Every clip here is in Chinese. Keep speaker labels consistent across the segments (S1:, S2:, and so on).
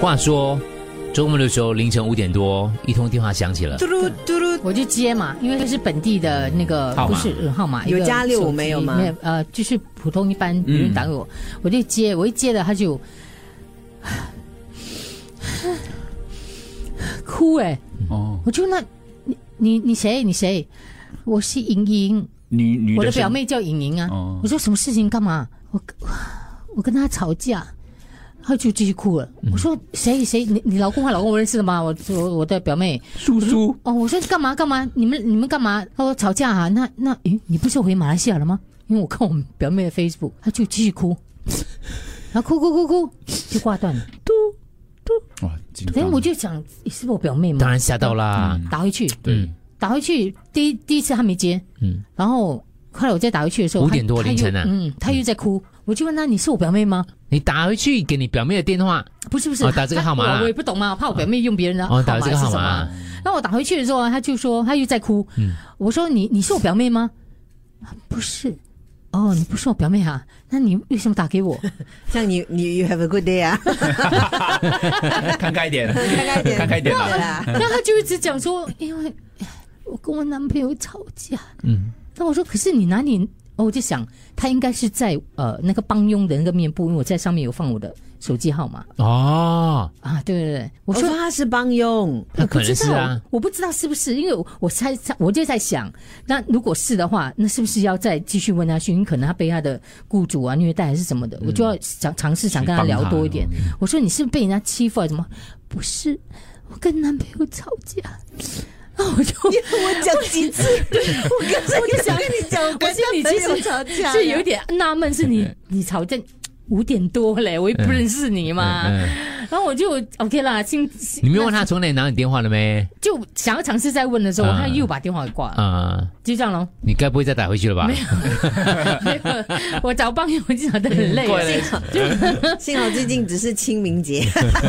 S1: 话说，周末的时候凌晨五点多，一通电话响起了
S2: 嘟。噜嘟噜，
S3: 我就接嘛，因为这是本地的那个
S1: 号
S3: 不
S1: 码
S3: 是呃号码，
S2: 有
S3: 一个
S2: 加六
S3: 手机
S2: 没有吗
S3: 没有，呃，就是普通一般别人
S1: 嗯
S3: 打给我，我就接，我一接了他就 哭哎、
S4: 哦，
S3: 我就那，你你你谁你谁，我是莹莹，
S4: 女女
S3: 我的
S4: 声
S3: 表妹叫莹莹啊，
S4: 哦
S3: 我说什么事情干嘛？我我跟她吵架。她就继续哭了。
S4: 嗯
S3: 我说谁谁你你老公和老公我认识的吗？我我我的表妹，
S4: 叔叔，
S3: 哦，我说干嘛干嘛？你们你们干嘛？他说吵架啊？那那诶，你不是回马来西亚了吗？因为我看我们表妹的 Facebook，她就继续哭，然后哭哭哭哭就挂 断了。
S4: 哇，紧
S3: 然
S4: 张
S3: 后我就想，诶是我表妹吗？
S1: 当然吓到啦。
S3: 啊打回去，
S4: 对，
S3: 打回去。第一第一次她没接，
S1: 嗯
S3: 嗯，然后后来我再打回去的时候，
S1: 5
S3: 她
S1: 点多
S3: 她又
S1: 凌晨啊
S3: 嗯，她又在哭，我就问她，你是我表妹吗？
S1: 你打回去给你表妹的电话，
S3: 不是不是，
S1: 哦打这个
S3: 她
S1: 号码啦
S3: 我我也不懂嘛，怕我表妹用别人的号
S1: 哦，
S3: 码
S1: 打这
S3: 是
S1: 个号
S3: 什么
S1: 码
S3: 啊
S1: 啊。，嗯
S3: 那我打回去的时候啊，他就说他又在哭。我说你你是我表妹吗？啊不是。哦，你不是我表妹啊？那你为什么打给我？
S2: 像你你 you have a good day 啊，
S4: 看开一点，
S2: 看嗯开一点，
S4: 看开一点啦
S2: 对 啦。
S3: 那他就一直讲说，因为哎我跟我男朋友吵架。
S1: 嗯，
S3: 那我说，可是你哪里？哦，我就想他应该是在呃那个帮佣的那个面部，因为我在上面有放我的手机号码
S1: 哦，
S3: 啊。对对对，我
S2: 我
S3: 说
S2: 说他是帮 佣，
S1: 他可
S3: 不
S1: 能
S3: 知
S1: 是
S3: 道
S1: 啊，，
S3: 我不知道是不是，因为我我猜猜，我就在想，那如果是的话，那是不是要再继续问下去？因为可能他被他的雇主啊虐待还是什么
S1: 嗯
S3: 的，我就要想尝试想跟他聊多一点。
S1: 啊
S3: 我说你是不是被人家欺负还是啊什么？不是，我跟男朋友吵 架。那我就
S2: 我讲几 次，我跟我就
S3: 想
S2: 跟你讲，我
S3: 我
S2: 跟
S3: 心里其
S2: 男朋友
S3: 实
S2: 吵架
S3: 是 有点纳闷，是你 你吵架五点多嘞，我也不认识你嘛。
S1: 嗯
S3: 然后我就 OK 啦，心
S1: 你没有问他从哪里拿你电话了没？
S3: 就想要尝试再问的时候，
S1: 嗯
S3: 他又把电话给挂了，
S1: 啊，
S3: 就这样喽。
S1: 你该不会再打回去了吧？
S3: 没有， 我找帮友找的很累。啊
S2: 幸好最近只是清明节，
S3: 没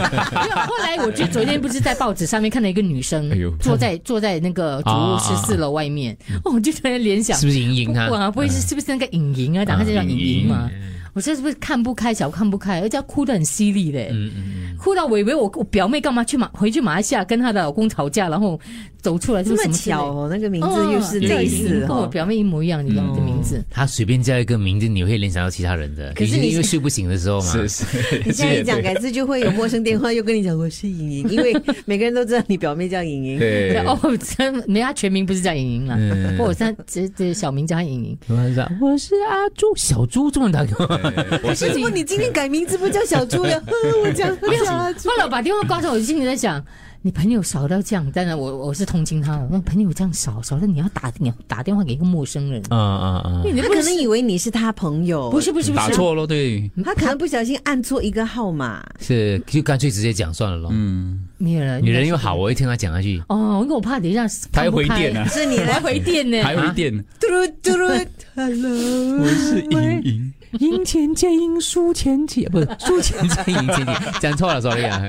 S3: 有后来我就昨天不是在报纸上面看到一个女生
S4: 哎呦
S3: 坐在坐在那个主屋
S1: 啊
S3: 十四楼外面，哦，我就突然联想
S1: 是，不嗯是莹莹他？
S3: 哇，不会啊是是不是那个影莹啊？打她就叫影莹嘛。我说是不是看不开，小看不开，而且她哭得很犀利嘞，
S1: 嗯嗯
S3: 哭到我以为我我表妹干嘛去马回去马来西亚跟她的老公吵架，然后走出来
S2: 这
S3: 是不
S2: 么
S3: 是什么之类的
S2: 巧哦，那个名字又是
S3: 哦
S2: 类
S3: 这个莹
S2: 似
S3: 莹跟我
S2: 哦。
S3: 表妹一模一样的
S1: 嗯
S3: 样的名字。
S1: 他随便叫一个名字，你会联想到其他人的。
S2: 可是你
S1: 因为睡不醒的时候嘛，
S4: 是是，
S2: 你现在一讲，
S4: 这也
S2: 改次就会有陌生电话又跟你讲我是莹莹，因为每个人都知道你表妹叫莹莹。
S4: 对
S3: 对
S4: 对
S3: 哦，真没她全名不是叫莹莹啦，不过我现在这这小名叫她莹莹。
S1: 我是我是阿朱，小猪这么大 个，
S4: 我
S2: 可是如果你今天改名字不叫小猪 了，呵我讲不叫阿猪
S3: 后。来我把电话挂上，我心里在想，你朋友少到这样，当然我我是同情他的，那朋友这样少少到你要打你要打电话给一个陌生人，
S1: 嗯嗯嗯，
S3: 你
S2: 他可能以为你是他朋友，
S3: 不是不是不
S4: 打
S3: 是，
S4: 错了，对，
S2: 他可能不小心按错一个号码，
S1: 是就干脆直接讲算了咯。
S4: 嗯，
S3: 没有了，
S1: 你人又好，啊我会听他讲下去。
S3: 哦，因为我怕等一下
S4: 他
S3: 看
S4: 还
S3: 不
S4: 回
S3: 开
S4: 电啊，
S2: 是你
S3: 还
S2: 来
S3: 回电呢，
S4: 还回电，
S2: 嘟噜嘟噜，Hello，
S4: 我是莹莹，
S1: 赢钱见赢，输钱见不是输钱见赢钱见，讲错了，sorry 啊。